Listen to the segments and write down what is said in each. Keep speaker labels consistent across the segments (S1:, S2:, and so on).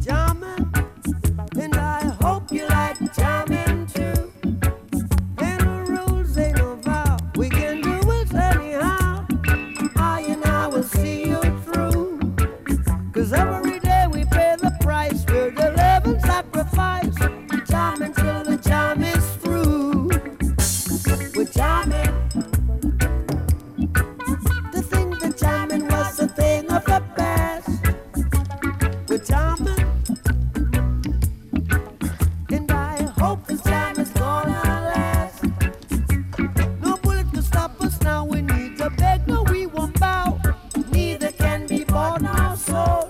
S1: jamming, and I hope you like jamming too. And the rules ain't no vow. We can do it anyhow. I and I will see you through. Cause every day we pay the price. We're the living sacrifice. Time until the time is through. We're jamming. The thing that jamming was the thing of the past. We're jamming. And I hope this time is gonna last. No bullet can stop us now. We need to beg, no, we won't bow. Neither can be bought nor sold.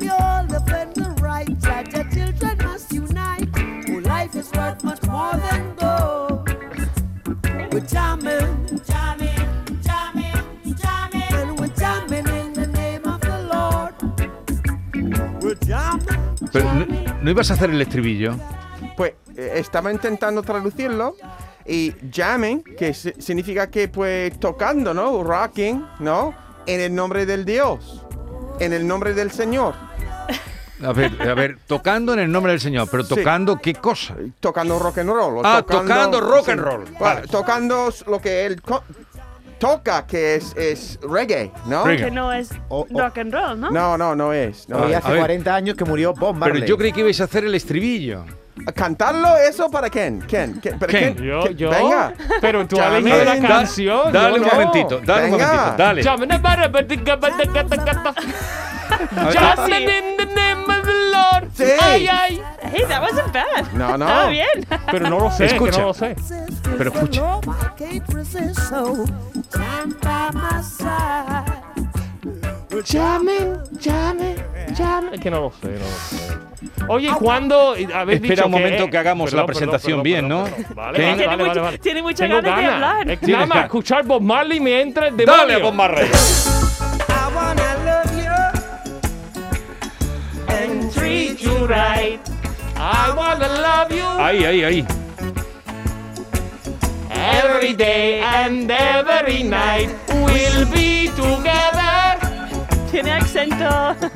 S1: We all defend the right that the children must unite. Oh, life is worth much more than gold. We're jamming, jamming, jamming, jamming, and we're jamming in the name of the Lord. We're jamming.
S2: Pero no, no ibas a hacer el estribillo.
S3: Pues eh, estaba intentando traducirlo y jamming, que si- significa que pues tocando, ¿no? O Rocking, ¿no? En el nombre del Dios, en el nombre del Señor,
S2: A ver, a ver, tocando en el nombre del Señor, pero
S3: Sí.
S2: tocando qué cosa.
S3: tocando rock and roll. o
S2: Ah, tocando rock and roll,
S3: Bueno,
S2: vale.
S3: Tocando lo que él co- toca, que es, es reggae, ¿no?
S2: Reggae.
S4: Que no es
S5: O- o-
S4: rock and roll, ¿no?
S3: No, no, no es. no
S5: Y
S2: Vale.
S3: es.
S2: A
S5: hace
S2: ver.
S5: 40 años que murió Bob Marley.
S2: Pero yo creí que ibais a hacer el estribillo.
S3: ¿Cantarlo eso para quién? ¿Quién? ¿Quién? ¿Pero
S2: ¿Quién?
S3: quién?
S6: Yo,
S3: ¿Quién?
S6: yo.
S3: Venga.
S6: Pero tú
S3: Ya,
S6: has
S3: a
S6: leído
S3: ver,
S6: la
S3: da-
S6: canción.
S2: Dale
S6: yo
S2: un
S6: no.
S2: momentito, dale un
S3: Venga.
S2: momentito, dale.
S6: Llamen a Mara, batica, batica, taca, ta.
S2: A ver,
S6: Llamen in the name of the Lord.
S3: Sí.
S6: Ay, ay.
S4: Hey, that wasn't bad.
S3: No, no.
S4: Estaba bien.
S6: Pero no lo sé, que
S2: Escucha.
S6: no lo sé.
S2: Pero escucha.
S6: Llamen, llamen, llamen. Es que no lo sé, no lo sé. Oye, ¿cuándo habéis
S2: Espera
S6: dicho
S2: un momento
S6: eh,
S2: que hagamos la presentación bien, ¿no?
S6: Vale,
S2: Tiene
S6: vale, vale,
S4: mucho-
S6: vale.
S4: tiene mucha
S6: Tengo
S4: ganas de hablar.
S6: Es que
S2: Tienes
S6: nada más
S2: ganas.
S6: escuchar Bob Marley me entra el demonio.
S2: Dale a Bob Marley.
S1: I wanna love you and treat you right.
S6: I wanna love you
S2: Ahí, ahí, ahí.
S6: every day and every night. We'll be together
S4: Tiene acento
S6: with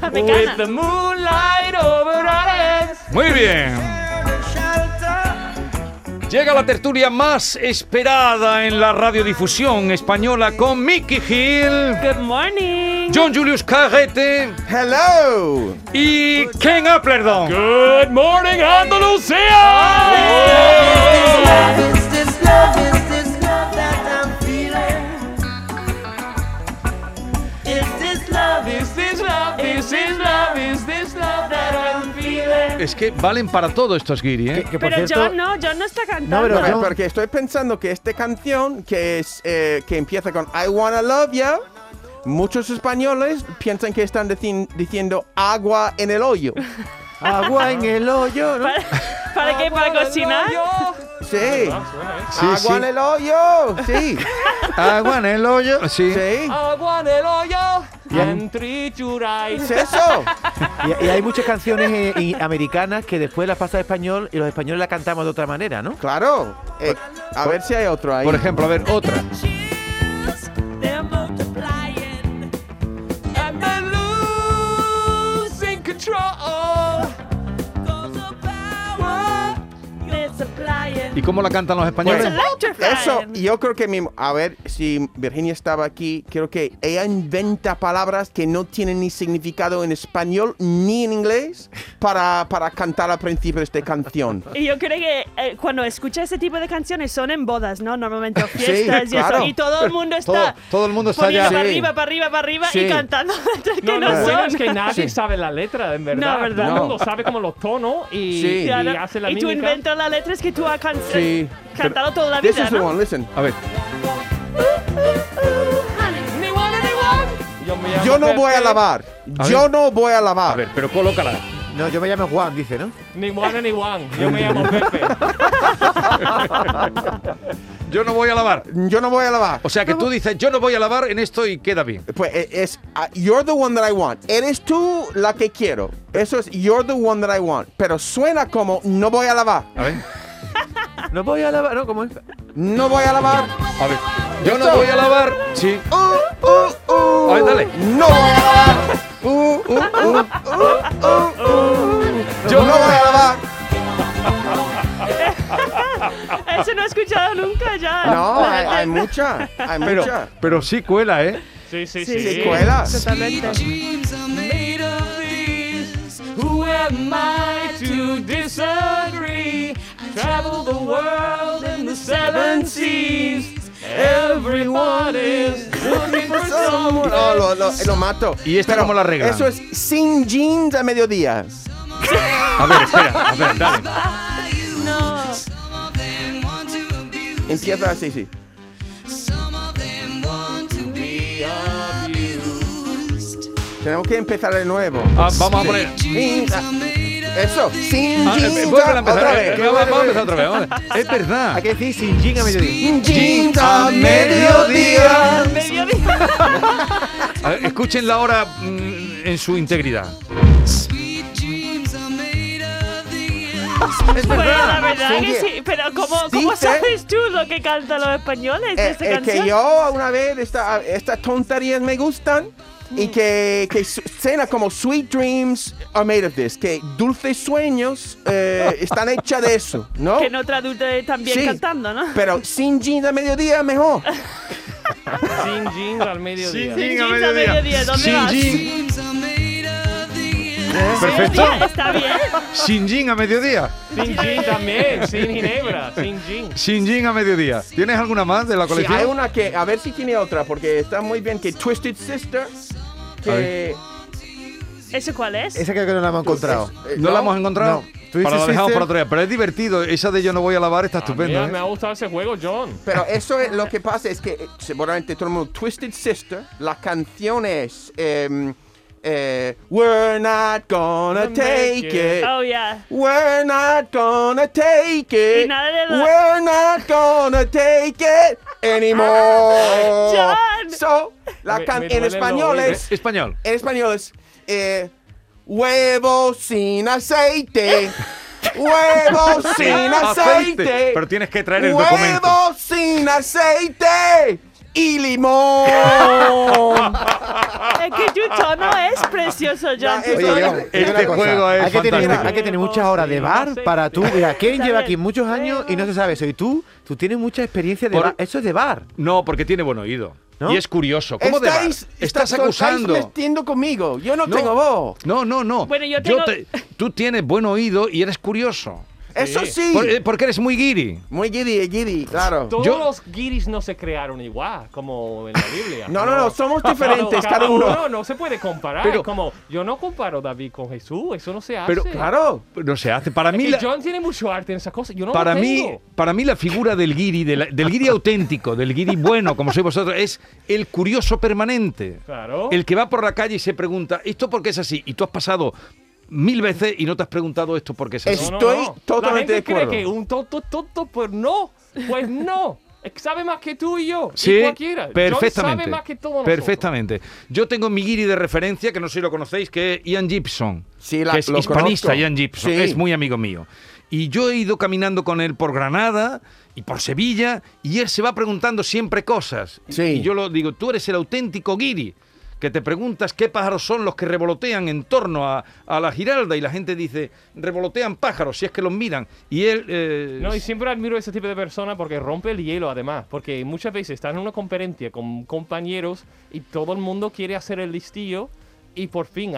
S6: the
S4: americano.
S6: moonlight over our heads.
S2: Muy bien. Llega la tertulia más esperada en la radiodifusión española con Mickey Hill,
S4: Good morning.
S2: John Julius Carrete
S3: Hello.
S2: y Ken Applerdon.
S6: Good morning, Andalucía.
S1: Love is this love is this love that I'm feeling. Is this love is
S6: Is this love? Is this love? Is this love that I'm feeling?
S2: Es que valen para todo estos guiri,
S5: Que-
S2: ¿eh?
S5: que por
S4: Pero
S5: cierto,
S4: John no, John no está
S5: No,
S4: cantando.
S5: pero
S3: Porque,
S5: John-
S3: porque estoy pensando que esta canción que es eh, que empieza con I wanna love ya, muchos españoles piensan que están dicin- diciendo agua en el hoyo.
S5: agua en el hoyo, ¿no?
S4: ¿Para, ¿para qué? ¿Para cocinar?
S3: Sí.
S2: Sí,
S3: agua
S2: sí.
S3: en el hoyo. Sí.
S5: Agua en el hoyo.
S2: Sí.
S3: sí.
S6: Agua en el hoyo and treat you right.
S3: Es eso.
S5: Y, y hay muchas canciones eh, y americanas que después las pasa a español y los españoles la cantamos de otra manera, ¿no?
S3: Claro. Eh, a ver si hay otro ahí.
S2: Por ejemplo, a ver, otra.
S1: Cheers, they're multiplying. And the
S6: Losing control.
S1: goes the power. You're supplying.
S2: ¿Y cómo la cantan los
S4: It's
S3: Pues
S2: españoles?
S4: electrifying.
S3: Eso, yo creo que mi. A ver, si Virginia estaba aquí, creo que ella inventa palabras que no tienen ni significado en español ni en inglés para, para cantar al principio de esta canción.
S4: Y yo creo que eh, cuando escucha ese tipo de canciones son en bodas, ¿no? Normalmente o fiestas y, eso,
S3: claro.
S4: y todo el mundo está
S2: Todo, todo el mundo está
S4: poniendo
S2: allá.
S4: para
S3: Sí.
S4: arriba, para arriba, para arriba
S3: Sí.
S4: y cantando letras que
S6: No,
S4: no,
S6: lo bueno
S4: son.
S6: es que nadie sabe la letra, en verdad.
S4: No, verdad.
S6: Todo el
S4: No.
S6: mundo sabe como los tonos y,
S3: Sí.
S6: y
S4: Claro.
S6: hace la
S4: y tú
S6: mímica.
S4: inventas las letras que tú has can- eh,
S3: Sí.
S4: cantado toda la
S3: This
S4: vida,
S3: is the
S4: ¿no?
S3: one, listen.
S2: A ver,
S6: Yo, me llamo
S3: Yo no
S6: Pepe.
S3: voy a lavar. Yo no voy a
S2: a
S3: lavar.
S2: ver, pero colócala.
S5: No, yo me llamo Juan, dice, ¿no?
S6: Ni Juan ni Juan. Yo me llamo Pepe.
S2: Yo no voy a lavar.
S3: Yo no voy a lavar.
S2: O sea que tú dices, yo no voy a lavar en esto y queda bien.
S3: Pues e- es, ah, you're the one that I want. Eres tú la que quiero. Eso es, you're the one that I want. Pero suena como, no voy a lavar.
S2: A ver.
S5: No voy a lavar, ¿no? ¿Cómo es?
S3: No voy a lavar.
S2: A ver. Yo no
S3: ¿Esto?
S2: voy a lavar. Sí.
S3: Uh, uh, uh.
S2: A ver, dale.
S3: No voy a lavar. Uh, uh, uh, uh, uh, uh.
S2: Yo-
S3: no voy a lavar.
S4: Eso no he escuchado nunca ya.
S3: No,
S4: La
S3: hay,
S4: gente-
S3: hay mucha. Hay
S2: Pero,
S3: mucha.
S2: pero sí cuela, ¿eh?
S6: Sí, sí,
S4: Sí.
S6: sí.
S3: ¿Se cuela?
S4: Totalmente.
S3: No, lo, lo, lo mato.
S2: ¿Y esta
S3: Pero
S2: cómo la arreglan?
S3: Eso es sin jeans a mediodía.
S2: A ver, espera, a ver, dale.
S3: Empieza así, sí. Tenemos que empezar de nuevo.
S2: Ah, vamos a poner.
S3: Jeans a- Eso, sin
S2: Ah, eh,
S3: jeans
S2: vuelve a
S3: a-
S2: empezar.
S3: otra
S2: eh,
S3: vez.
S2: eh, vamos, vamos a empezar otra vez. vamos a- Es
S5: Hay
S2: verdad.
S5: que decir sin jean a mediodía.
S3: Sin jeans a mediodía.
S4: Mediodía.
S2: A ver, escúchenla ahora mm, en su integridad. Es
S4: Bueno, la
S2: verdad.
S4: verdad que
S3: Sigue.
S4: sí. Pero ¿cómo,
S3: Dice-
S4: ¿cómo sabes tú lo que cantan los españoles de
S3: Eh,
S4: esta
S3: eh,
S4: canción?
S3: que yo una vez esta- estas tonterías me gustan y que, que su- cena como sweet dreams are made of this, que dulces sueños eh, están hechas de eso, ¿no?
S4: Que no traduce también
S3: Sí.
S4: cantando, ¿no?
S3: Pero sin jeans a mediodía mejor. pues.
S6: Sin jeans al mediodía.
S4: Sin jeans a mediodía, ¿dónde
S2: Sin
S4: vas?
S2: jean.
S3: Pues
S2: Perfecto.
S4: Mediodía, Está bien.
S2: Sin jean a mediodía.
S6: Sin jeans también. Sin ginebra. Sin jeans.
S2: Sin jean a mediodía. ¿Tienes alguna más de la
S3: Sí, hay
S2: colección?
S3: una que, a ver si tiene otra, porque está muy bien, que Twisted Sister,
S2: A
S3: que...
S4: ¿Eso cuál es?
S5: Esa creo que no la hemos encontrado.
S3: eh,
S2: ¿No, la hemos encontrado?
S5: No. Tú dices
S2: Para la dejamos
S5: sister.
S2: para otro día. Pero es divertido. Esa de yo no voy a lavar está
S6: Mira,
S2: estupendo.
S6: me ha
S2: ¿eh?
S6: gustado ese juego, John.
S3: Pero eso es lo que pasa, es que eh, seguramente todo el mundo, Twisted Sister, la canción es... em, eh, We're not gonna
S6: Gonna
S3: take
S6: make it.
S3: it.
S4: Oh, yeah.
S3: We're not gonna take
S4: Y
S3: it.
S4: nada de la-
S3: We're not gonna take it anymore.
S4: John.
S3: So, la
S6: Me-
S3: can
S6: me
S3: en
S6: duelen los
S3: español
S6: oídos.
S3: es...
S2: Eh, Español.
S3: En español es eh, huevos sin aceite. Huevos sin aceite.
S2: Pero tienes que traer el documento.
S3: Huevos sin aceite. Y limón.
S4: Es que tu tono es precioso, John.
S3: Ya,
S4: Tu
S3: eso-
S5: Oye,
S4: tono-
S5: John,
S2: Este
S5: dime una cosa.
S2: juego es
S5: hay que, tener,
S2: fantástico.
S5: hay que tener muchas horas de bar para tú. Mira, ¿quién lleva aquí muchos años y no se sabe? Soy tú. Tú tienes mucha experiencia de
S2: Por-
S5: bar. Eso es de bar.
S2: No, porque tiene buen oído.
S5: ¿No?
S2: Y es curioso. ¿Cómo de bar?
S3: Estáis-
S2: Estás
S3: estáis- Estáis
S2: acusando.
S3: metiendo conmigo. Yo no, tengo voz.
S2: No, no, no.
S4: Bueno, yo tengo-
S2: tú tienes buen oído y eres curioso.
S3: Eso sí.
S2: Por- eh, porque eres muy guiri.
S3: Muy giddy, giddy, claro.
S6: Todos
S2: Yo-
S6: los guiris no se crearon igual, como en la Biblia.
S3: No, no, no, somos diferentes, cada uno.
S6: No se puede comparar.
S2: Pero-
S6: como yo no comparo David con Jesús, eso no se hace.
S2: Pero,
S3: Claro.
S2: No se hace. Para
S6: Es
S2: mí,
S6: que
S2: la,
S6: John tiene mucho arte en esas cosas. Yo no
S2: para,
S6: lo
S2: mí,
S6: tengo.
S2: para mí la figura del guiri, de la- del guiri auténtico, del guiri bueno, como sois vosotros, es el curioso permanente.
S6: Claro.
S2: El que va por la calle y se pregunta, ¿esto por qué es así? Y tú has pasado mil veces y no te has preguntado esto por qué es así.
S3: Es- Estoy totalmente
S6: la
S3: de
S6: gente cree
S3: acuerdo.
S6: que un tonto tonto, pues no, pues no. Es que Sabe más que tú y yo. y
S2: Sí,
S6: cualquiera. John
S2: perfectamente.
S6: sabe más que todos nosotros.
S2: perfectamente. Yo tengo mi guiri de referencia, que no sé si lo conocéis, que es Ian Gibson.
S3: Sí, la-
S2: que es
S3: lo
S2: hispanista,
S3: conozco.
S2: Ian Gibson.
S3: Sí.
S2: Es muy amigo mío. Y yo he ido caminando con él por Granada y por Sevilla, y él se va preguntando siempre cosas.
S3: Sí.
S2: Y yo lo digo, tú eres el auténtico guiri, que te preguntas qué pájaros son los que revolotean en torno a, a la Giralda, y la gente dice, revolotean pájaros, si es que los miran. Y él... eh,
S6: No, y siempre admiro a ese tipo de persona porque rompe el hielo, además. Porque muchas veces estás en una conferencia con compañeros y todo el mundo quiere hacer el listillo. Y por fin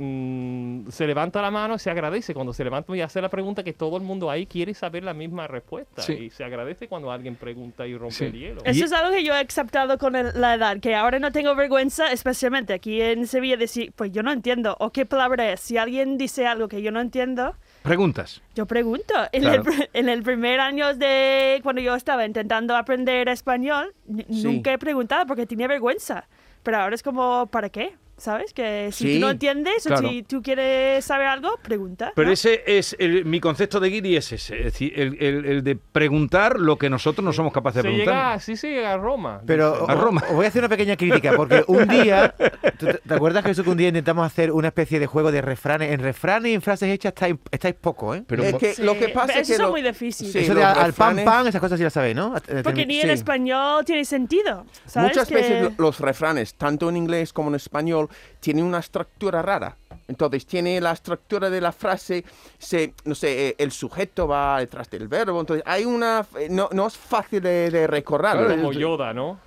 S6: alguien mm, se levanta la mano, se agradece cuando se levanta y hace la pregunta que todo el mundo ahí quiere saber la misma respuesta.
S2: Sí.
S6: Y se agradece cuando alguien pregunta y rompe
S2: Sí.
S6: el hielo.
S4: Eso es algo que yo he aceptado con el- la edad, que ahora no tengo vergüenza, especialmente aquí en Sevilla, decir, pues yo no entiendo, o qué palabra es. Si alguien dice algo que yo no entiendo,
S2: Preguntas.
S4: yo pregunto. En,
S2: Claro.
S4: el, pr- en el primer año de cuando yo estaba intentando aprender español, n-
S3: Sí.
S4: nunca he preguntado porque tenía vergüenza. Pero ahora es como, ¿para qué? ¿Sabes? Que si
S3: Sí,
S4: tú no entiendes
S2: claro.
S4: o si tú quieres saber algo, pregunta.
S2: Pero
S4: ¿no?
S2: ese es el- mi concepto de guiri es ese, es decir, el, el- el de preguntar lo que nosotros no somos capaces
S6: Se
S2: de
S6: llega,
S2: preguntar.
S6: sí, sí, a Roma.
S5: Pero
S2: A
S5: o-
S2: Roma.
S5: os voy a hacer una pequeña crítica, porque un día, ¿tú te, te acuerdas Jesús que un día intentamos hacer una especie de juego de refranes? En refranes y en frases hechas estáis, estáis poco, ¿eh?
S2: Pero
S3: es que lo que
S4: Sí,
S3: pasa
S4: pero
S3: es que
S4: eso es
S3: lo-
S4: muy difícil.
S3: Sí,
S5: Eso de
S3: los
S5: al al pan
S3: refranes-
S5: pan, esas cosas sí las sabéis, ¿no?
S4: Porque ni
S5: Sí.
S4: en español tiene sentido. ¿sabes?
S3: Muchas
S4: Que-
S3: veces lo- los refranes, tanto en inglés como en español, tienen una estructura rara. Entonces, tiene la estructura de la frase, se, no sé, eh, el sujeto va detrás del verbo. Entonces, hay una. eh, No, no es fácil de, de recordar.
S6: Como Yoda, ¿no?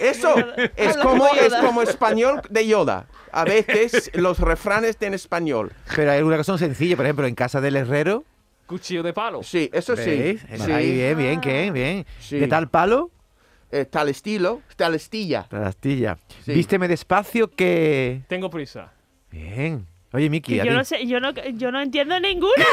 S3: Eso es
S4: Habla
S3: como,
S4: como
S3: es
S4: Yoda.
S3: como español de Yoda. A veces los refranes en español.
S5: Pero hay algunas que son sencillas, por ejemplo, en casa del herrero.
S6: Cuchillo de palo.
S3: Sí, eso sí.
S5: ¿veis?
S3: sí.
S5: Ahí, bien, bien, que bien.
S3: Sí.
S5: De tal palo,
S3: Eh, tal estilo, tal estilla.
S5: tal astilla.
S3: Sí.
S5: Vísteme despacio que...
S6: Tengo prisa.
S5: Bien. Oye, Miki,
S4: que
S5: a
S4: yo
S5: ti.
S4: no sé, yo no, yo no entiendo ninguna.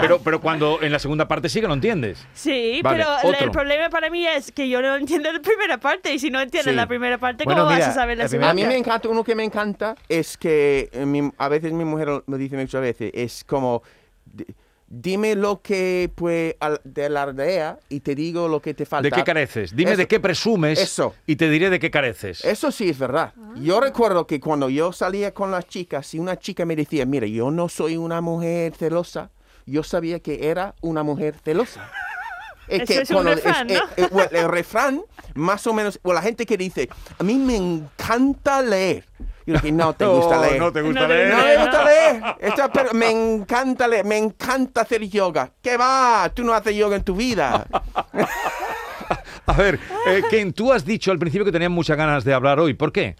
S2: Pero, pero cuando en la segunda parte sí que lo entiendes.
S4: Sí,
S2: Vale,
S4: pero
S2: otro.
S4: el problema para mí es que yo no entiendo la primera parte y si no entiendes
S3: Sí.
S4: la primera parte, ¿cómo
S5: Bueno,
S4: vas
S5: mira,
S4: a saber la,
S5: la
S4: segunda?
S5: primera-
S3: A mí me encanta, uno que me encanta es que eh, mi- a veces mi mujer me dice muchas veces, es como, "Di- dime lo que pues al- de la aldea y te digo lo que te falta.
S2: ¿De qué careces? Dime
S3: Eso-
S2: de qué presumes
S3: eso.
S2: y te diré de qué careces.
S3: Eso sí es verdad.
S4: Ah.
S3: Yo recuerdo que cuando yo salía con las chicas, si una chica me decía, mira, yo no soy una mujer celosa, yo sabía que era una mujer celosa.
S4: Eso es un refrán,
S3: es-
S4: ¿no?
S3: eh, eh, bueno, el refrán, más o menos, o la gente que dice, a mí me encanta leer. Yo dije, no te gusta leer.
S2: No te gusta
S4: No te
S2: leer.
S3: No
S4: gusta
S3: me gusta leer. Esta per- me encanta leer. Me encanta hacer yoga. ¿Qué va? Tú no haces yoga en tu vida.
S2: A ver, eh, Ken, tú has dicho al principio que tenías muchas ganas de hablar hoy. ¿Por qué?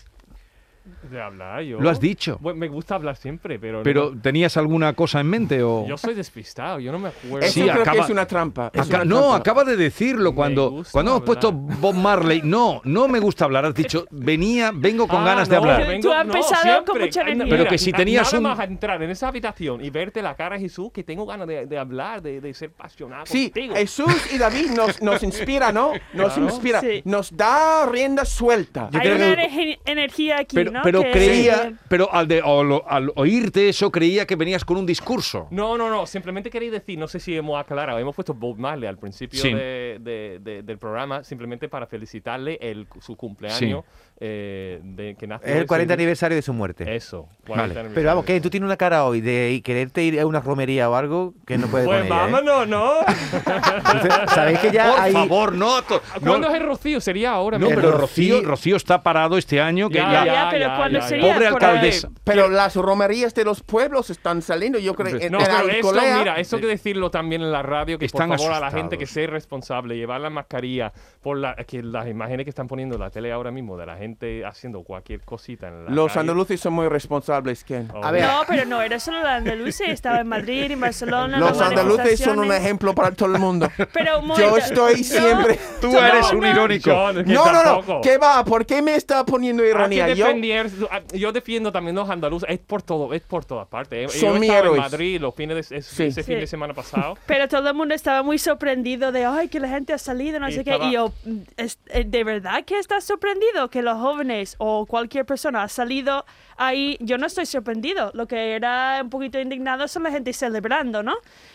S6: De hablar, yo.
S2: Lo has dicho.
S6: Bueno, me gusta hablar siempre, pero. no-
S2: ¿Pero tenías alguna cosa en mente o...?
S6: yo soy despistado, yo no me acuerdo.
S3: Eso
S2: Sí,
S3: creo que
S2: acaba-
S3: es una trampa. es
S2: Acá-
S3: una
S2: no,
S3: trampa.
S2: acaba de decirlo
S6: Me
S2: cuando,
S6: gusta
S2: cuando hemos puesto
S6: hablar.
S2: Bob Marley. No, no me gusta hablar. Has dicho, venía, vengo con
S6: Ah,
S2: ganas de
S6: no,
S2: hablar.
S6: yo
S4: Tú has empezado
S6: siempre.
S4: con mucha
S6: Ay, no,
S4: energía.
S2: Pero que si
S6: na-
S2: tenías
S6: nada
S2: un-
S6: más entrar en esa habitación y verte la cara de Jesús, que tengo ganas de, de hablar, de, de ser apasionado
S3: Sí,
S6: contigo.
S2: eh.
S3: Jesús y David nos, nos inspira, ¿no? Nos
S6: Claro.
S3: inspira.
S4: Sí.
S3: Nos da rienda suelta.
S5: Yo
S4: Hay
S5: creo
S4: una
S5: que-
S4: ener- energía aquí,
S2: Pero,
S4: ¿no?
S2: pero
S4: Que-
S2: creía, pero al, de, o lo- al oírte eso, creía que venías con un discurso.
S6: No, no, no. Simplemente quería decir, no sé si hemos aclarado, hemos puesto Bob Marley al principio
S2: Sí.
S6: de- de- de- del programa, simplemente para felicitarle el, su cumpleaños eh, de que nació.
S5: Es el
S6: ese
S5: 40
S6: día.
S5: aniversario de su muerte.
S6: Eso.
S2: Vale.
S6: 40
S5: Pero vamos,
S6: aniversario.
S5: que tú tienes una cara hoy de quererte ir a una romería o algo que no puedes
S6: Pues
S5: con ella, ¿eh?
S6: vámonos, ¿no?
S5: Entonces, Sabéis que ya
S2: Por
S5: hay...
S2: favor, no. to- no,
S6: Ah, ¿Cuándo es el rocío? Sería ahora.
S2: no,
S5: el
S6: mismo.
S2: pero
S5: Rocío-
S2: Rocío, Rocío está parado este año. Que
S6: Ya,
S2: la
S4: Ya,
S6: ya,
S4: pero
S6: ya,
S4: cuando
S6: ya, ya.
S4: sería
S2: pobre
S4: por ahí.
S2: alcaldesa.
S3: Pero las romerías de los pueblos están saliendo, yo creo.
S2: Eh,
S3: en-
S6: No,
S3: en
S6: pero esto,
S3: Alcolea.
S6: mira, eso hay que decirlo también en la radio, que
S2: Están
S6: por favor a la
S2: asustados.
S6: gente que sea responsable, llevar la mascarilla, por la, que las imágenes que están poniendo en la tele ahora mismo de la gente haciendo cualquier cosita en la
S3: Los
S6: calle.
S3: andaluces son muy responsables, Ken.
S6: Oh,
S5: A ver,
S4: No, pero no, era solo la andaluces, estaba en Madrid, en Barcelona. en
S3: Los
S4: las
S3: andaluces son un
S4: manifestaciones.
S3: ejemplo para todo el mundo.
S4: Pero un
S3: Yo
S4: momento,
S3: estoy
S4: no,
S3: siempre.
S2: Tú
S4: No,
S2: eres un
S4: no.
S2: irónico.
S6: Yo, que
S3: No, no, no.
S6: tampoco. Ah,
S3: ¿Qué va? ¿Por qué me está poniendo
S6: Hay que
S3: ironía? Yo,
S6: defender- yo defiendo también los andaluces, es por todo, es por todas partes. Eh, Yo
S3: Son
S6: estaba
S3: mis
S6: en
S3: héroes.
S6: Madrid los fines de, es-
S3: Sí.
S6: ese fin
S4: Sí.
S6: de semana pasado.
S4: Pero todo el mundo estaba muy sorprendido de, ay, que la gente ha salido, no
S6: Y
S4: sé qué.
S6: estaba-
S4: Y yo, "Mm, es- eh, ¿de verdad que estás sorprendido que los jóvenes o cualquier persona ha salido ahí? Yo no estoy sorprendido. Lo que era un poquito indignado son la gente celebrando, ¿no?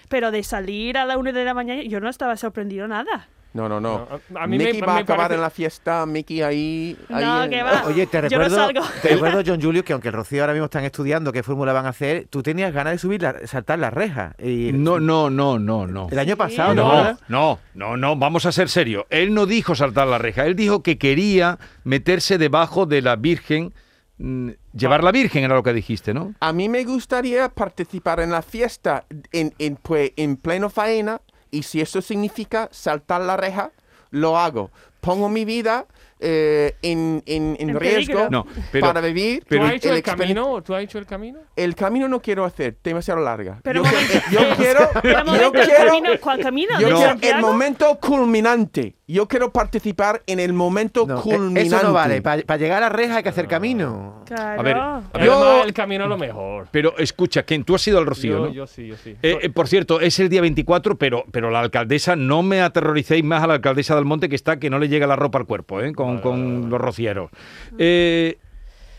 S4: Pero de salir a la una de la mañana, yo no estaba sorprendido nada.
S3: No, no, no.
S6: No, a- a mí me-
S3: Mickey va a
S6: me
S3: acabar
S6: parece-
S3: en la fiesta, Mickey ahí.
S4: no,
S3: ahí-
S4: que va.
S5: Oye, te
S4: Yo no
S5: recuerdo,
S4: salgo.
S5: te recuerdo, John Julius, que aunque el Rocío ahora mismo están estudiando qué fórmula van a hacer, tú tenías ganas de subir, la- saltar las rejas. Y
S2: No, no, no, no, no.
S5: El año pasado, ¿no?
S2: No,
S5: ¿Verdad?
S2: no, no, no, vamos a ser serios. Él no dijo saltar la reja, él dijo que quería meterse debajo de la Virgen, mm, llevar la Virgen era lo que dijiste, ¿no?
S3: A mí me gustaría participar en la fiesta en, en, pues, en pleno faena y si eso significa saltar la reja, lo hago. Pongo mi vida eh, en, en, en
S4: En
S3: riesgo
S4: peligro.
S2: No, pero-
S3: para vivir.
S6: ¿Tú
S2: Pero
S6: has hecho el,
S3: exper-
S6: camino? ¿Tú has hecho el camino?
S3: El camino no quiero hacer, demasiado larga.
S4: Pero
S3: yo,
S4: un
S3: que-
S4: momento,
S3: yo
S4: eh,
S3: quiero,
S4: Pero
S3: yo
S4: un momento, ¿el
S3: quiero,
S4: camino? ¿Cuál camino?
S3: yo
S4: ¿De
S2: No.
S3: quiero el
S4: Santiago?
S3: momento culminante. Yo quiero participar en el momento
S5: No, e-
S3: culminante.
S5: eso no vale. Para llegar a la reja hay que hacer camino.
S4: Claro.
S2: A ver,
S6: Yo, Además, el camino es lo mejor.
S2: pero escucha, Ken, tú has ido al Rocío,
S6: yo,
S2: ¿no?
S6: yo sí, yo sí.
S2: Eh, eh, por cierto, es el día 24, pero, pero la alcaldesa, no me aterroricéis más a la alcaldesa del Monte que está que no le llega la ropa al cuerpo, ¿eh? con, con los rocieros. Eh,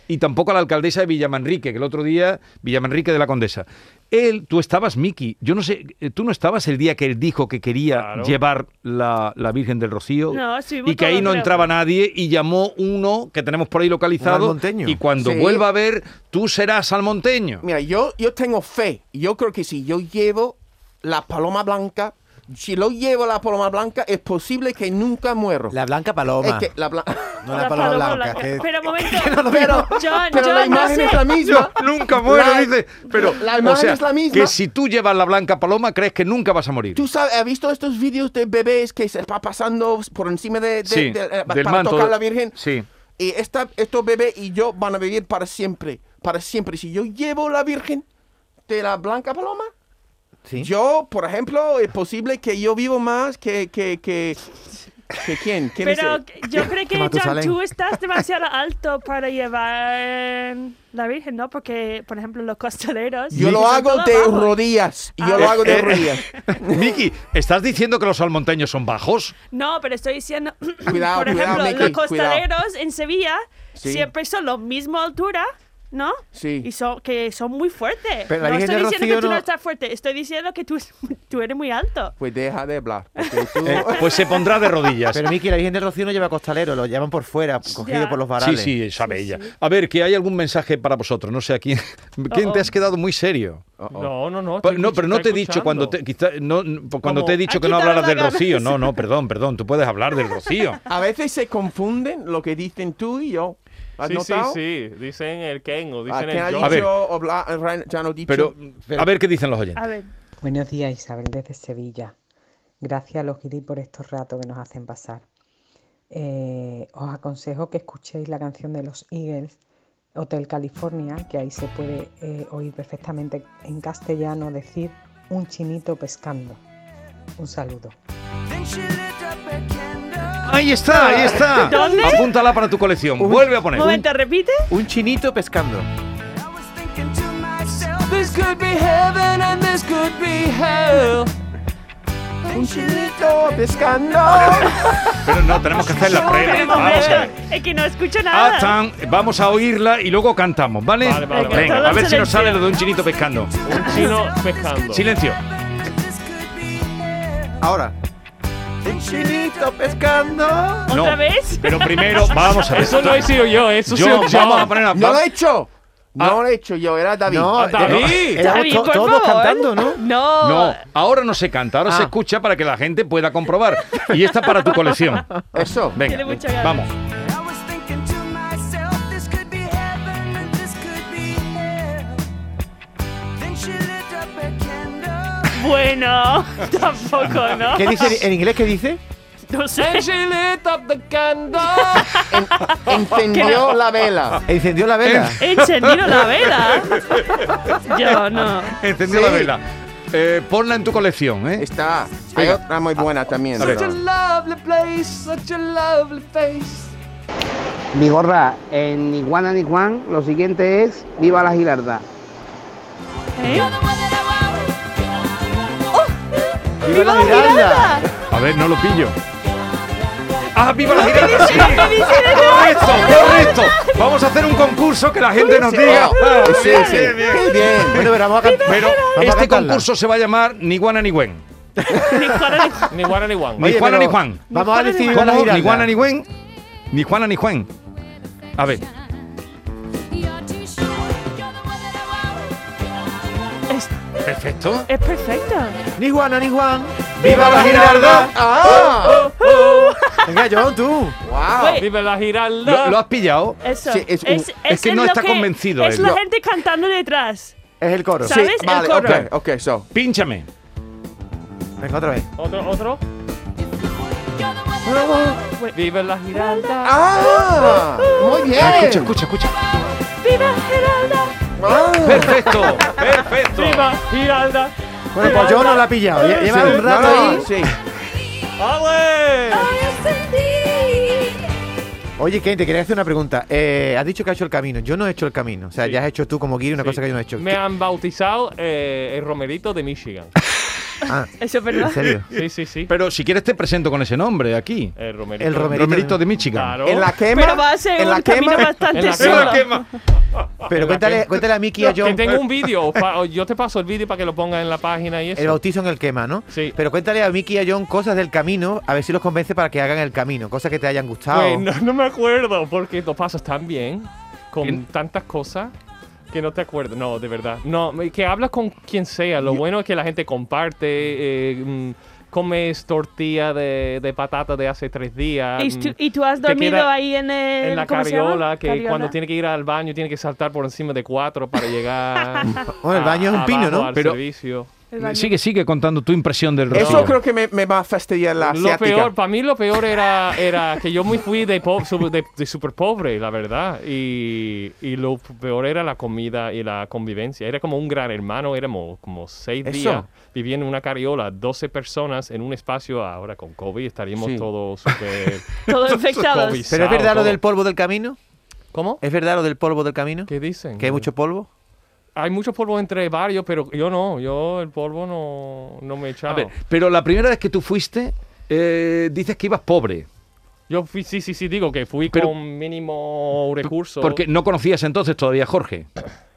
S2: y tampoco a la alcaldesa de Villamanrique, que el otro día, Villamanrique de la Condesa. Él, tú estabas, Miki, yo no sé, eh, tú no estabas el día que él dijo que quería
S6: Claro.
S2: llevar la, la Virgen del Rocío
S4: No, estuvimos
S2: y que ahí
S4: todos,
S2: no
S4: creo.
S2: entraba nadie y llamó uno que tenemos por ahí localizado
S5: almonteño.
S2: y cuando
S3: Sí.
S2: vuelva a ver, tú serás almonteño.
S3: Mira, yo, yo tengo fe. Yo creo que si yo llevo la paloma blanca, si lo llevo la paloma blanca, es posible que nunca muero.
S5: La blanca paloma.
S3: Es que la blanca.
S5: No la paloma blanca. que-
S4: Espera un momento.
S3: pero,
S4: John,
S3: pero
S4: John,
S3: la
S4: no
S3: imagen
S4: sé.
S3: es la misma.
S2: No, nunca muero,
S3: La-
S2: dice. Pero,
S3: la
S2: o
S3: imagen
S2: sea,
S3: es la misma.
S2: que si tú llevas la blanca paloma, crees que nunca vas a morir.
S3: ¿Tú sabes, has visto estos vídeos de bebés que se va pasando por encima de, de-
S2: Sí,
S3: de- eh,
S2: del
S3: para
S2: manto
S3: tocar
S2: de-
S3: la Virgen?
S2: Sí.
S3: Y esta, estos bebés y yo van a vivir para siempre, para siempre. Si yo llevo la Virgen de la Blanca Paloma,
S5: Sí.
S3: yo, por ejemplo, es posible que yo vivo más que... que, que, que ¿Quién? ¿Quién es
S4: Pero
S3: el-
S4: que- yo creo que, John,
S5: Matusalén.
S4: tú estás demasiado alto para llevar la Virgen, ¿no? Porque, por ejemplo, los costaleros...
S3: Yo lo
S4: son
S3: hago
S4: todos
S3: de
S4: bajos.
S3: rodillas. Yo
S4: Ah.
S3: lo hago de
S2: Eh,
S3: rodillas.
S2: Miki, ¿estás diciendo que los almonteños son bajos?
S4: No, pero estoy diciendo,
S3: Cuidado,
S4: por ejemplo,
S3: cuidado,
S4: los
S3: Miki,
S4: costaleros en Sevilla
S3: Sí.
S4: siempre son la misma altura, ¿no?
S3: Sí.
S4: Y son, que son muy fuertes.
S5: Pero la
S4: no
S5: Virgen
S4: estoy
S5: del
S4: diciendo
S5: Rocío
S4: que tú no...
S5: no-
S4: estás fuerte, estoy diciendo que tú, tú eres muy alto.
S3: Pues deja de hablar. porque tú-
S2: Eh, pues se pondrá de rodillas.
S5: Pero Miki, la Virgen del Rocío no lleva costalero, lo llevan por fuera, cogido
S4: Ya.
S5: por los
S2: Sí,
S5: varales.
S2: sí, sabe ella. A ver, que hay algún mensaje para vosotros. No sé a quién. ¿Quién te has quedado muy serio?
S6: No, no, no.
S2: Pa-
S6: estoy
S2: No, pero no
S6: escuch-
S2: te he
S6: estoy
S2: dicho cuando te,
S6: escuchando.
S2: quizá- no, no, cuando
S6: Como,
S2: te he dicho
S4: ha
S2: que no
S4: quitado
S2: hablaras
S4: la
S2: del Rocío.
S4: cabeza.
S2: No, no, perdón, perdón. Tú puedes hablar del Rocío.
S3: A veces se confunden lo que dicen tú y yo. ¿Has
S6: Sí,
S3: notado?
S6: sí, sí. Dicen el Kengo,
S3: ¿A
S6: dicen
S3: quién ha
S6: el
S3: dicho
S6: John.
S2: A ver.
S3: o bla- Ryan ya no ha dicho?
S2: Pero, a ver qué dicen los
S4: A
S2: oyentes.
S4: ver,
S7: Buenos días, Isabel, desde Sevilla. Gracias a los guiris por estos ratos que nos hacen pasar. Eh, os aconsejo que escuchéis la canción de los Eagles, Hotel California, que ahí se puede eh, oír perfectamente en castellano decir un chinito pescando. Un saludo.
S1: Then she lit up a candle.
S2: Ahí está, ahí está.
S4: ¿Dónde?
S2: Apúntala para tu colección. Vuelve a
S4: un
S2: poner.
S4: momento, repite.
S5: Un chinito pescando.
S1: I was thinking to myself,
S6: This could be heaven and this could be hell.
S3: Un chinito pescando.
S2: Pero no, tenemos que hacer la
S3: Ah,
S4: Pero
S2: previa.
S4: un
S2: Vamos a ver.
S4: momento, es que no escucho
S2: Ah,
S4: nada.
S2: tan- vamos a oírla y luego cantamos, ¿vale?
S6: Vale, vale, vale.
S2: Venga,
S4: Todo
S2: a ver si
S4: silencio.
S2: nos sale lo de un chinito pescando.
S6: Un chino pescando.
S2: Silencio.
S1: heaven and this could be hell.
S5: Ahora.
S3: Un chinito pescando.
S4: ¿Otra
S2: No,
S4: vez?
S2: Pero primero, vamos a ver.
S6: Eso no he sido yo, eso ha
S2: Yo-
S6: sido John.
S2: vamos a poner a-
S3: No lo
S2: va-
S3: he hecho. No lo he hecho yo, era David.
S5: No,
S6: ¡Ah, David!
S5: eh,
S6: David,
S5: éramos to-
S4: por
S5: todos
S4: favor.
S5: cantando, ¿no?
S4: No.
S2: No, ahora no se canta, ahora
S5: Ah.
S2: se escucha para que la gente pueda comprobar. Y esta para tu colección.
S3: Eso.
S2: Venga,
S4: Tiene muchas ganas.
S2: vamos.
S1: I was thinking to myself, this could be heaven and this could be hell. Then she lit up a candle.
S4: Bueno, tampoco, ¿no?
S5: ¿Qué dice en inglés? ¿Qué dice?
S4: No sé.
S6: And she lit up the candle.
S3: Encendió la vela.
S5: Encendió la vela.
S2: Eh.
S4: He encendido la vela. Yo no.
S2: Encendió
S3: Sí.
S2: la vela. Eh, ponla en tu colección, ¿eh?
S3: Está. Hay otra muy buena también.
S6: Such a
S3: pero-
S6: lovely place, such a lovely face.
S8: Vigorra, en Iguana Nijuan, lo siguiente es Viva la Gilarda.
S4: ¿Eh?
S5: ¡Viva la Miranda!
S2: A ver, no lo pillo. ¡Ah, viva la girada! Sí.
S4: ¿Qué dice de
S2: ¡Correcto, correcto! Vamos a hacer un concurso que la gente nos diga.
S3: Oh, sí,
S2: Bien,
S3: sí.
S2: bien, bien.
S3: Qué bien.
S5: Bueno, pero vamos a cantar.
S2: Pero
S5: Vamos a
S2: este
S5: cantarla.
S2: concurso se va a llamar Ni Guana ni Gwen.
S4: Ni Juana ni Juan.
S6: Ni one ni one.
S2: Ni
S5: Oye,
S2: Juana
S5: pero
S2: ni Juan.
S5: Vamos a
S4: Ni Juana ni
S5: decir viva la
S2: ¿Cómo?
S5: Miranda.
S2: Ni Juana ni Gwen. Ni Juana ni Juan. A ver.
S4: Es,
S2: Perfecto.
S4: es perfecto.
S5: Ni Juana ni Juan.
S2: ¡Viva la Giralda!
S3: Ah.
S5: Venga, John, tú.
S3: Wow.
S4: Güey,
S6: Vive la
S2: ¿Lo,
S6: giralda.
S2: lo has pillado?
S4: eso.
S3: Ah, Sí, es un-
S2: es que no
S4: lo
S2: está convencido
S4: Es
S2: él.
S4: la
S2: No.
S4: gente cantando detrás.
S5: Es el coro.
S4: Sí. ¿Sabes? El
S3: Vale,
S4: coro.
S3: ok, ok, so.
S2: Pínchame.
S5: Venga, otra vez.
S6: Otro, otro. Vive la giralda.
S3: Ah, muy bien.
S2: Escucha, escucha, escucha.
S4: ¡Viva Geralda!
S3: Ah.
S2: Perfecto, perfecto.
S6: Viva giralda.
S5: Bueno, pues John no la ha pillado. Lle- Lleva un rato
S3: No, no,
S5: ahí.
S3: sí.
S6: ¡Ale!
S5: Oye, Ken, te quería hacer una pregunta. Eh, has dicho que has hecho el camino. Yo no he hecho el camino. O sea,
S6: Sí.
S5: ya has hecho tú como guiri una cosa que yo no he hecho.
S6: Me han bautizado eh, el romerito de Michigan.
S5: Ah,
S4: Eso es
S5: ¿en
S4: verdad.
S5: serio?
S6: Sí, sí, sí.
S2: Pero si quieres te presento con ese nombre aquí.
S6: el romerito.
S5: El romerito.
S2: Romerito de Michigan.
S6: Claro.
S3: En la quema.
S4: Pero va a ser
S3: en la
S4: un camino
S3: quema.
S6: En
S4: bastante
S6: la
S2: Se la
S4: solo.
S2: quema.
S5: Pero cuéntale, cuéntale a Miki y a
S6: Que
S5: John
S6: tengo un vídeo. pa- o Yo te paso el vídeo para que lo pongas en la página y
S5: el
S6: eso.
S5: bautizo en el quema, ¿no?
S6: Sí.
S5: Pero cuéntale a Miki y a John cosas del camino, a ver si los convence para que hagan el camino, cosas que te hayan gustado.
S6: Pues, no, no me acuerdo porque lo pasas tan bien, con
S2: ¿Quién?
S6: tantas cosas, que no te acuerdo. No, de verdad. No, me- que hablas con quien sea. Lo bueno es que la gente comparte. eh, mm, comes tortilla de, de patata de hace tres días.
S4: ¿Y
S6: mm,
S4: tú, y tú has
S6: Te
S4: dormido
S6: queda
S4: ahí en el,
S6: en la
S4: ¿cómo se llama?
S6: carriola, que
S4: Carriola.
S6: cuando tiene que ir al baño tiene que saltar por encima de cuatro para llegar.
S5: Bueno, el
S6: a-
S5: baño es un pino,
S6: abajo
S5: ¿no?
S6: Ah, al
S2: Pero-
S6: servicio.
S4: El baño.
S2: Sigue, sigue contando tu impresión del
S3: Eso
S2: retiro.
S3: creo que me, me va a fastidiar la
S6: Lo
S3: asiática.
S6: peor, para mí lo peor era, era que yo muy fui de, po- sub- de, de super pobre, la verdad. Y, y lo peor era la comida y la convivencia. Era como un gran hermano, éramos como seis
S5: Eso.
S6: días viviendo en una carriola, 12 personas en un espacio. Ahora con COVID estaríamos
S3: Sí.
S6: todos súper
S4: Todos infectados.
S6: COVID.
S5: ¿Pero es verdad lo
S6: todo.
S5: del polvo del camino?
S6: ¿Cómo?
S5: ¿Es verdad lo del polvo del camino?
S6: ¿Qué dicen?
S5: ¿Que hay mucho polvo?
S6: Hay mucho polvo entre varios, pero yo no. Yo el polvo no, no me he echado.
S2: A ver, pero la primera vez que tú fuiste, eh, dices que ibas pobre.
S6: Yo fui, sí, sí, sí, digo que fui
S2: Pero-
S6: con mínimo recursos.
S2: Porque no conocías entonces todavía a Jorge.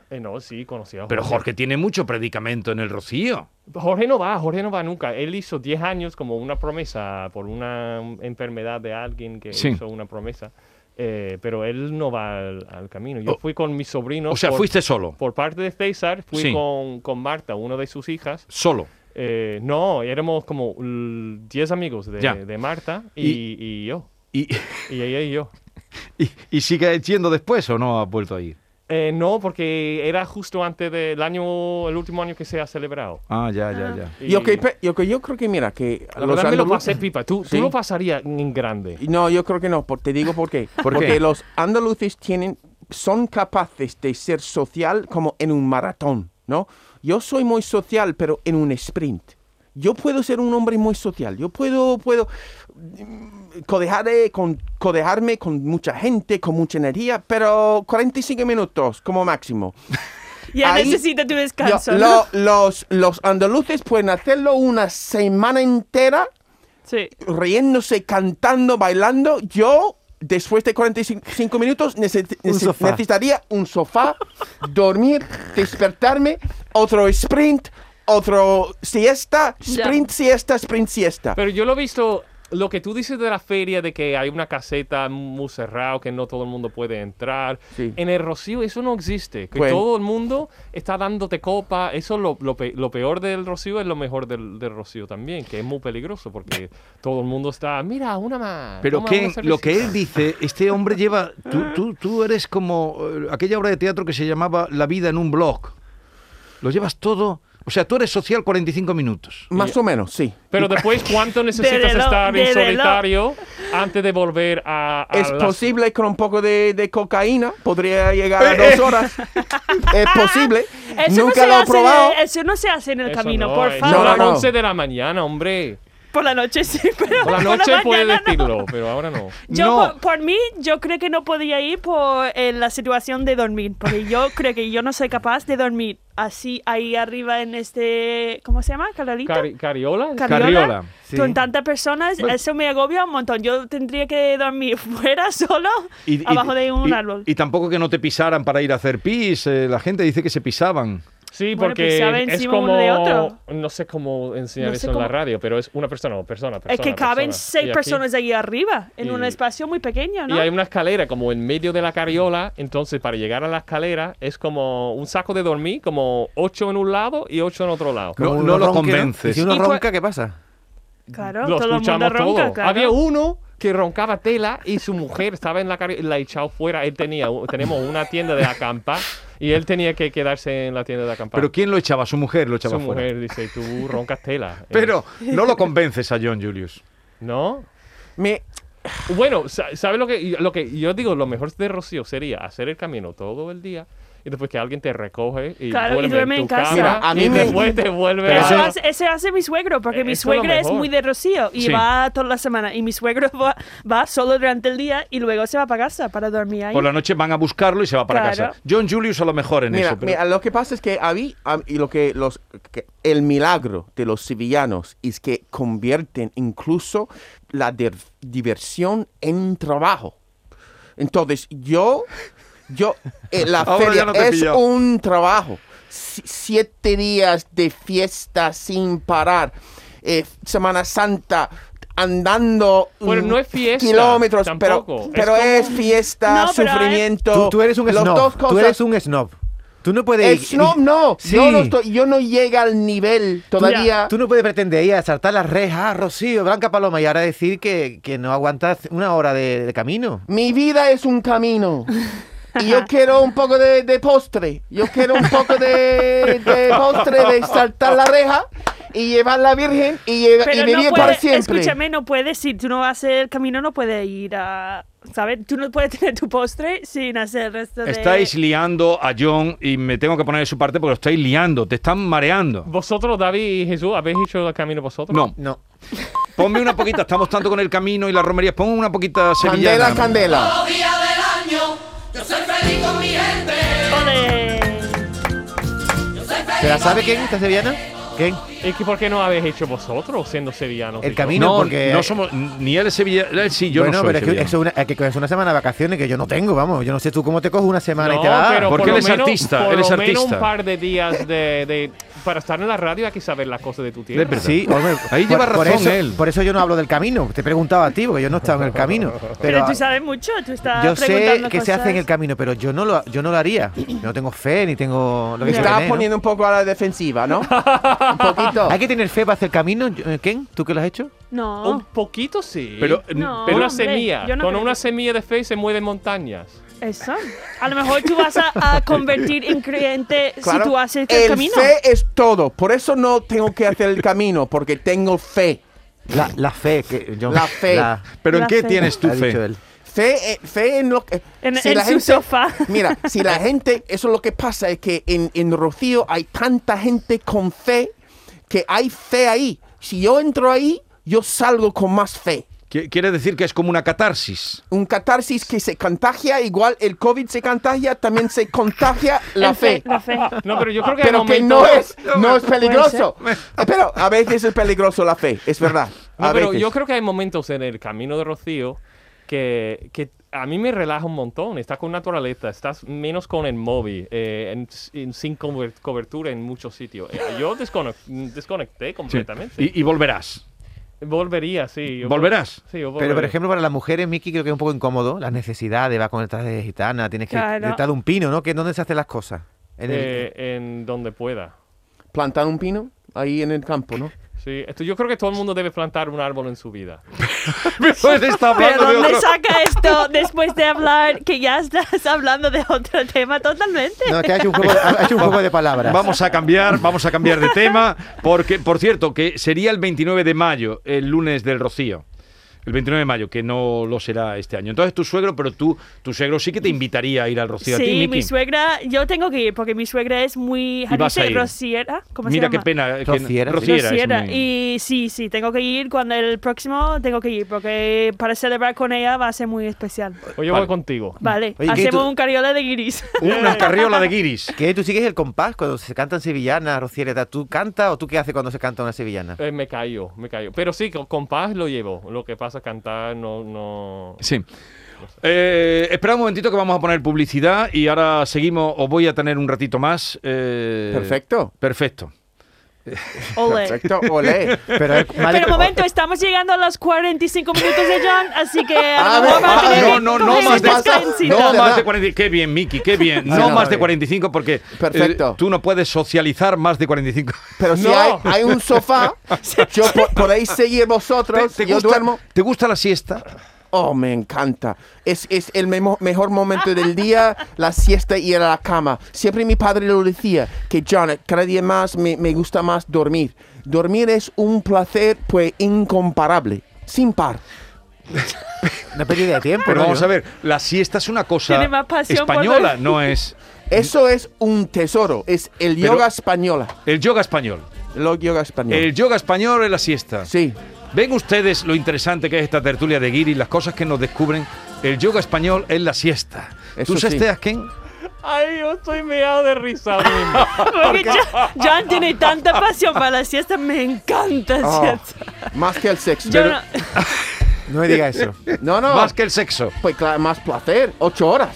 S6: Eh, no, sí, conocía a
S2: Pero Jorge tiene mucho predicamento en el Rocío.
S6: Jorge no va, Jorge no va nunca. Él hizo 10 años como una promesa por una enfermedad de alguien que
S2: Sí.
S6: hizo una promesa. Eh, pero él no va al, al camino. Yo
S2: O-
S6: fui con mis sobrinos.
S2: Oh. O sea,
S6: por,
S2: fuiste solo.
S6: Por parte de César, fui
S2: Sí.
S6: con, con Marta, una de sus hijas.
S2: Solo.
S6: Eh, no, éramos como l- 10 amigos de,
S2: Ya.
S6: de Marta y,
S2: Y-
S6: y yo.
S2: ¿Y,
S6: Y ella y yo.
S2: y, y sigue yendo después o no has vuelto a ir?
S6: Eh, no, porque era justo antes del año, el último año que se ha celebrado.
S2: Ah, ya, ya, ya.
S3: Yo,
S6: Y-
S3: que, pe- yo, que- yo creo que, mira, que
S6: La verdad me lo
S3: andaluces-
S6: pasé pipa. Tú, tú
S3: Sí.
S6: lo pasarías en grande.
S3: No, yo creo que no. por- te digo por qué.
S2: ¿Por
S3: Porque
S2: qué?
S3: los andaluces tienen, son capaces de ser social como en un maratón, ¿no? Yo soy muy social, pero en un sprint. Yo puedo ser un hombre muy social. Yo puedo, puedo mm, codejaré con, codejarme con mucha gente, con mucha energía, pero 45 minutos como máximo.
S4: Ya
S3: Ahí-
S4: necesita tu descanso.
S3: Yo-
S4: ¿no?
S3: lo- los, los andaluces pueden hacerlo una semana entera
S4: Sí.
S3: riéndose, cantando, bailando, yo después de 45 minutos nece-
S5: Un
S3: nece-
S5: sofá.
S3: necesitaría un sofá, dormir, despertarme, otro sprint, otro siesta,
S4: Ya.
S3: sprint, siesta, sprint, siesta.
S6: Pero yo lo he visto, lo que tú dices de la feria, de que hay una caseta muy cerrada, que no todo el mundo puede entrar.
S3: Sí.
S6: En el Rocío eso no existe, que
S3: Bueno.
S6: todo el mundo está dándote copa. Eso es lo, lo pe- lo peor del Rocío, es lo mejor del, del Rocío también, que es muy peligroso porque todo el mundo está, mira, una más.
S2: Pero
S6: toma
S2: que
S6: una
S2: lo que él
S6: cervecita".
S2: dice, este hombre lleva. Tú, tú, tú eres como eh, aquella obra de teatro que se llamaba La vida en un blog. Lo llevas todo. O sea, tú eres social 45 minutos.
S3: Más o menos, sí.
S6: Pero después, ¿cuánto necesitas
S4: reloj,
S6: estar
S4: de
S6: en
S4: reloj.
S6: solitario antes de volver a, a
S3: Es
S6: las-
S3: posible con un poco de, de cocaína podría llegar
S6: Eh,
S3: a dos horas. es posible.
S4: Eso
S3: Nunca
S4: no se
S3: lo he
S4: hace, eh,
S3: probado.
S4: Eso no se hace en el
S6: Eso
S4: camino,
S6: no,
S4: por
S6: eh,
S4: favor.
S6: Son
S3: No,
S6: las
S3: no, no.
S6: 11 de la mañana, hombre.
S4: Por la noche sí, pero
S6: Por la noche
S4: mañana
S6: puedes
S4: no.
S6: decirlo, pero ahora no.
S4: Yo,
S2: No.
S4: por, por mí, yo creo que no podía ir por eh, la situación de dormir, porque yo creo que yo no soy capaz de dormir así ahí arriba en este, ¿cómo se llama? Carrerita.
S6: Cari- ¿Cariola?
S2: Carriola,
S5: sí.
S4: Con tantas personas, eso me agobia un montón. Yo tendría que dormir fuera solo, abajo de un
S2: y-
S4: árbol.
S2: Y tampoco que no te pisaran para ir a hacer pis. eh, la gente dice que se pisaban.
S6: Sí,
S4: Bueno,
S6: porque
S4: pisaba
S6: es
S4: encima
S6: como
S4: uno de otro.
S6: no sé cómo enseñar
S4: No sé
S6: eso en la
S4: cómo-
S6: radio, pero es una persona, persona, persona.
S4: es que caben
S6: persona. Y
S4: seis
S6: aquí-
S4: personas ahí arriba, en
S6: Y-
S4: un espacio muy pequeño, ¿no?
S6: Y hay una escalera como en medio de la carriola, entonces para llegar a la escalera es como un saco de dormir, como ocho en un lado y ocho en otro lado.
S2: No,
S5: Como
S2: no
S5: uno
S2: lo
S5: ronque, ¿no?
S2: convences.
S5: Y si uno
S4: Y cua-
S5: ronca, ¿qué pasa?
S4: claro,
S6: Lo
S4: todo el
S6: escuchamos
S4: mundo ronca,
S6: todo.
S4: claro.
S6: Había uno que roncaba tela y su mujer estaba en la carriola, la echado fuera. Él tenía, tenemos una tienda de acampar y él tenía que quedarse en la tienda de acampar.
S2: Pero ¿quién lo echaba? Su mujer lo
S6: su
S2: echaba fuera.
S6: mujer dice, tú roncas tela. eh".
S2: Pero no lo convences a John Julius.
S6: ¿No?
S3: Me-
S6: Bueno, sa- ¿sabes lo que, lo que yo digo? Lo mejor de Rocío sería hacer el camino todo el día y después que alguien te recoge y
S4: Claro, y
S6: duerme,
S4: duerme
S6: en
S4: en
S6: tu
S4: casa.
S6: cama
S3: Mira, a mí
S6: y
S3: me-
S6: después te vuelve
S4: Pero
S6: a...
S4: eso hace, ese hace mi suegro, porque
S6: Eh,
S4: mi
S6: eso es lo
S4: suegra es
S6: mejor.
S4: muy de Rocío y
S2: Sí.
S4: va toda la semana. Y mi suegro va, va solo durante el día y luego se va para casa para dormir ahí.
S2: Por la noche van a buscarlo y se va para
S4: Claro.
S2: casa. John Julius a lo mejor en
S3: Mira,
S2: eso. pero-
S3: mira, lo que pasa es que habí- hab- y lo que los que el milagro de los sevillanos es que convierten incluso la der- diversión en trabajo. Entonces, yo yo eh, la
S2: Ahora
S3: feria
S2: ya no te
S3: es
S2: pillo.
S3: un trabajo. Si- siete días de fiesta sin parar. Eh, Semana Santa andando
S6: Bueno,
S3: mm,
S6: no es fiesta,
S3: kilómetros,
S6: tampoco.
S3: pero pero es,
S6: Es
S3: fiesta,
S4: No, pero hay-
S3: sufrimiento.
S5: Tú, tú eres un
S3: las dos
S5: snob. Tú
S3: cosas-
S5: eres un snob. Tú no puedes.
S3: el snob no.
S5: Sí.
S3: Yo, no estoy- yo no llega al nivel todavía.
S5: Tú no puedes pretender ir a saltar las rejas, ah, Rocío, Blanca Paloma, y ahora decir que, que no aguantas una hora de, de camino.
S3: Mi vida es un camino. Y yo quiero un poco de, de postre. Yo quiero un poco de, de postre de saltar la reja y llevar la Virgen y, llega- y
S4: Pero
S3: vivir
S4: no
S3: para
S4: puede,
S3: siempre.
S4: escúchame, no puedes, si tú no vas a hacer el camino, no puedes ir a, ¿sabes? Tú no puedes tener tu postre sin hacer el resto de...
S2: Estáis liando a John y me tengo que poner de su parte porque lo estáis liando, te están mareando.
S6: ¿Vosotros, David y Jesús, habéis hecho el camino vosotros?
S2: No,
S5: No.
S2: ponme una poquita, estamos tanto con el camino y las romerías, ponme una poquita sevillana.
S3: Candela, candela.
S4: Ole.
S5: ¿Te la sabe quién esta sevillana? ¿Quién?
S6: Es que ¿por qué no habéis hecho vosotros siendo sevillanos?
S5: El
S6: y
S5: camino.
S2: No,
S5: porque-
S2: no somos, ni él es sevillano, él sí, yo
S5: eh, bueno,
S2: no soy
S5: pero es que,
S2: sevillano.
S5: eso es una, que es una semana de vacaciones que yo no tengo, vamos. Yo no sé tú cómo te coges una semana y
S6: No,
S5: te vas.
S6: pero
S2: Porque
S6: por
S2: él
S6: lo
S2: es
S6: menos-
S2: artista,
S6: por
S2: él es
S6: lo menos
S2: artista.
S6: un par de días de, de- Para estar en la radio hay que saber las cosas de tu tierra.
S2: Es verdad.
S5: Sí, hombre,
S2: Ahí lleva razón
S5: eso,
S2: él.
S5: Por eso yo no hablo del camino. Te he preguntado a ti, porque yo no he estado en el camino.
S4: Pero
S5: Pero,
S4: tú sabes mucho, tú estás
S5: yo sé
S4: preguntando
S5: que se hace en el
S4: cosas.
S5: camino, pero yo no lo, yo no lo haría. Yo no tengo fe, ni tengo lo que
S3: Me
S5: dice
S3: estaba
S5: René, ¿no?
S3: poniendo un poco a la defensiva, ¿no? Un poquito.
S5: Hay que tener fe para hacer camino, eh, Ken, tú que lo has hecho.
S4: No.
S6: Un poquito sí.
S2: Pero, eh,
S4: No.
S2: pero-
S6: una
S4: hombre,
S6: semilla.
S4: yo no
S6: Con
S4: creo
S6: una
S4: que-
S6: semilla de fe se mueven montañas.
S4: Eso. A lo mejor tú vas a, a convertir en creyente
S3: Claro.
S4: si tú haces el, camino.
S3: fe es todo. Por eso no tengo que hacer el camino, porque tengo fe.
S5: La, la fe. Que yo-
S3: La fe.
S2: pero ¿en
S4: La
S2: qué
S4: fe.
S2: tienes tu
S5: ha dicho
S2: fe?
S5: él.
S3: Fe, eh, fe en lo que.
S4: En- en su sofá.
S3: Mira, si la gente. Eso es lo que pasa, es que en, en Rocío hay tanta gente con fe que hay fe ahí. Si yo entro ahí, yo salgo con más fe.
S2: Qui- Quiere decir que es como una catarsis.
S3: Un catarsis que se contagia, igual el COVID se contagia, también se contagia la
S4: El
S3: fe.
S4: La fe.
S6: No, pero yo creo que al
S3: Pero que
S6: momento-
S3: no es, no es
S4: Puede
S3: peligroso. Ah, Pero a veces es peligroso la fe, es verdad.
S6: No,
S3: A
S6: pero
S3: veces.
S6: yo creo que hay momentos en el camino de Rocío que, que a mí me relaja un montón. Estás con naturaleza, estás menos con el móvil, eh, en- en- sin cober- cobertura en muchos sitios. Eh, yo descono- desconecté
S2: Sí.
S6: completamente.
S2: Y, y volverás.
S6: Volvería, sí. yo
S2: ¿Volverás?
S6: vol- Sí, yo
S5: Pero, por
S6: volvería.
S5: ejemplo, para las mujeres, Miki, creo que es un poco incómodo. Las necesidades, va con el traje de gitana, tienes que
S4: Claro.
S5: detrás de un pino, ¿no? Que es donde se hacen las cosas. En el-
S6: Eh, en donde pueda.
S3: Plantar un pino ahí en el campo, ¿no?
S6: Sí, esto- yo creo que todo el mundo debe plantar un árbol en su vida.
S2: Pero él está
S4: Pero
S2: hablando de
S4: ¿dónde
S2: otro-
S4: saca esto después de hablar que ya estás hablando de otro tema totalmente?
S5: No, te ha hecho un juego, ha hecho un juego de palabras.
S2: Vamos a cambiar, vamos a cambiar de tema, porque, por cierto, que sería el 29 de mayo, el lunes del Rocío. El 29 de mayo, que no lo será este año. Entonces tu suegro, pero tú, tu suegro sí que te invitaría a ir al Rocío a ti,
S4: Sí, mi
S2: Miki.
S4: suegra, yo tengo que ir porque mi suegra es muy
S2: Y vas a
S4: Janice
S2: ir.
S4: Rosiera. ¿Cómo
S2: Mira
S4: se
S2: qué
S4: llama?
S2: pena. eh, que-
S5: Rociera, sí.
S2: Rociera, es
S4: Rociera.
S2: muy-
S4: Y sí, sí, tengo que ir cuando el próximo tengo que ir porque para celebrar con ella va a ser muy especial.
S6: O yo
S2: Vale.
S6: voy contigo.
S4: Vale,
S5: Oye, ¿qué
S4: hacemos
S5: tú-
S4: un cariola de guiris.
S2: Una carriola de guiris.
S5: Que tú sigues el compás cuando se cantan sevillanas, rociera, ¿tú cantas o tú qué haces cuando se canta una sevillana?
S6: Eh, me cayó, me cayó. Pero sí, con compás lo llevo. Lo que pasa, cantar no... no...
S2: Sí. Eh, espera un momentito que vamos a poner publicidad y ahora seguimos. Os voy a tener un ratito más. eh,
S3: Perfecto.
S2: Perfecto.
S4: Ole.
S3: Perfecto, olé.
S5: Pero,
S6: eh,
S5: es-
S4: Pero un momento, estamos llegando a los 45 minutos de John, así que a
S3: A
S4: lo mejor
S3: ver,
S4: va a
S3: a
S4: tener
S3: ver,
S4: que
S2: No, Ah, no, no
S4: coger
S2: más de,
S4: un
S3: pasa-
S2: no
S4: descansito.
S3: de
S2: más de
S3: verdad.
S2: 45. Qué bien, Miki, qué bien.
S3: Ah,
S2: No
S3: no,
S2: más de
S3: bien.
S2: 45 porque eh,
S3: Perfecto.
S2: tú no puedes socializar más de 45.
S3: Pero si
S6: No.
S3: hay, hay un sofá, yo po- podéis seguir vosotros. yo duermo.
S2: ¿Te gusta la siesta?
S3: Oh, me encanta. Es, es el memo- mejor momento del día, la siesta y ir a la cama. Siempre mi padre lo decía, que John, cada día más me, me gusta más dormir. Dormir es un placer, pues, incomparable, sin par.
S5: una pérdida de tiempo.
S2: Pero
S5: ¿no?
S2: vamos
S5: Yo-
S2: a ver, la siesta es una cosa
S4: Tiene más pasión por
S2: española,
S4: dormir.
S2: no es
S3: Eso es un tesoro. Es el
S2: Pero-
S3: yoga española.
S2: El yoga español.
S3: Lo yoga español.
S2: El yoga español es la siesta.
S3: Sí.
S2: ¿Ven ustedes lo interesante que es esta tertulia de Giri, las cosas que nos descubren? El yoga español es la siesta.
S3: Eso
S2: ¿Tú
S3: sí.
S2: sesteas quién?
S6: Ay, yo estoy meado de risa ahora mismo.
S4: Porque John, John tiene tanta pasión para la siesta, me encanta la
S3: Oh,
S4: siesta.
S3: más que el sexo.
S4: Yo no-
S5: No me digas eso.
S3: No, no.
S2: Más que el sexo.
S3: Pues claro, más placer. Ocho horas.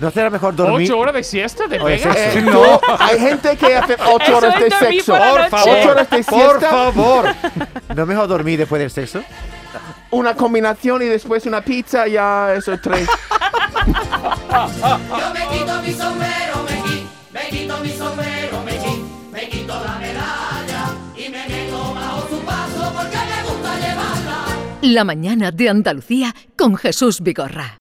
S5: ¿No será mejor dormir?
S6: ¿Ocho horas de siesta te
S5: Oye,
S6: pegas?
S5: sexo.
S3: Eh, no, hay gente que hace ocho
S4: Eso
S3: horas
S4: es
S3: de
S4: dormir
S3: sexo.
S4: por la
S3: Por
S4: noche.
S3: favor. Ocho horas de
S2: Por
S3: siesta.
S2: favor.
S5: ¿No es mejor dormir después del sexo?
S3: Una combinación y después una pizza. Ya, eso es tres.
S9: La mañana de Andalucía con Jesús Vigorra.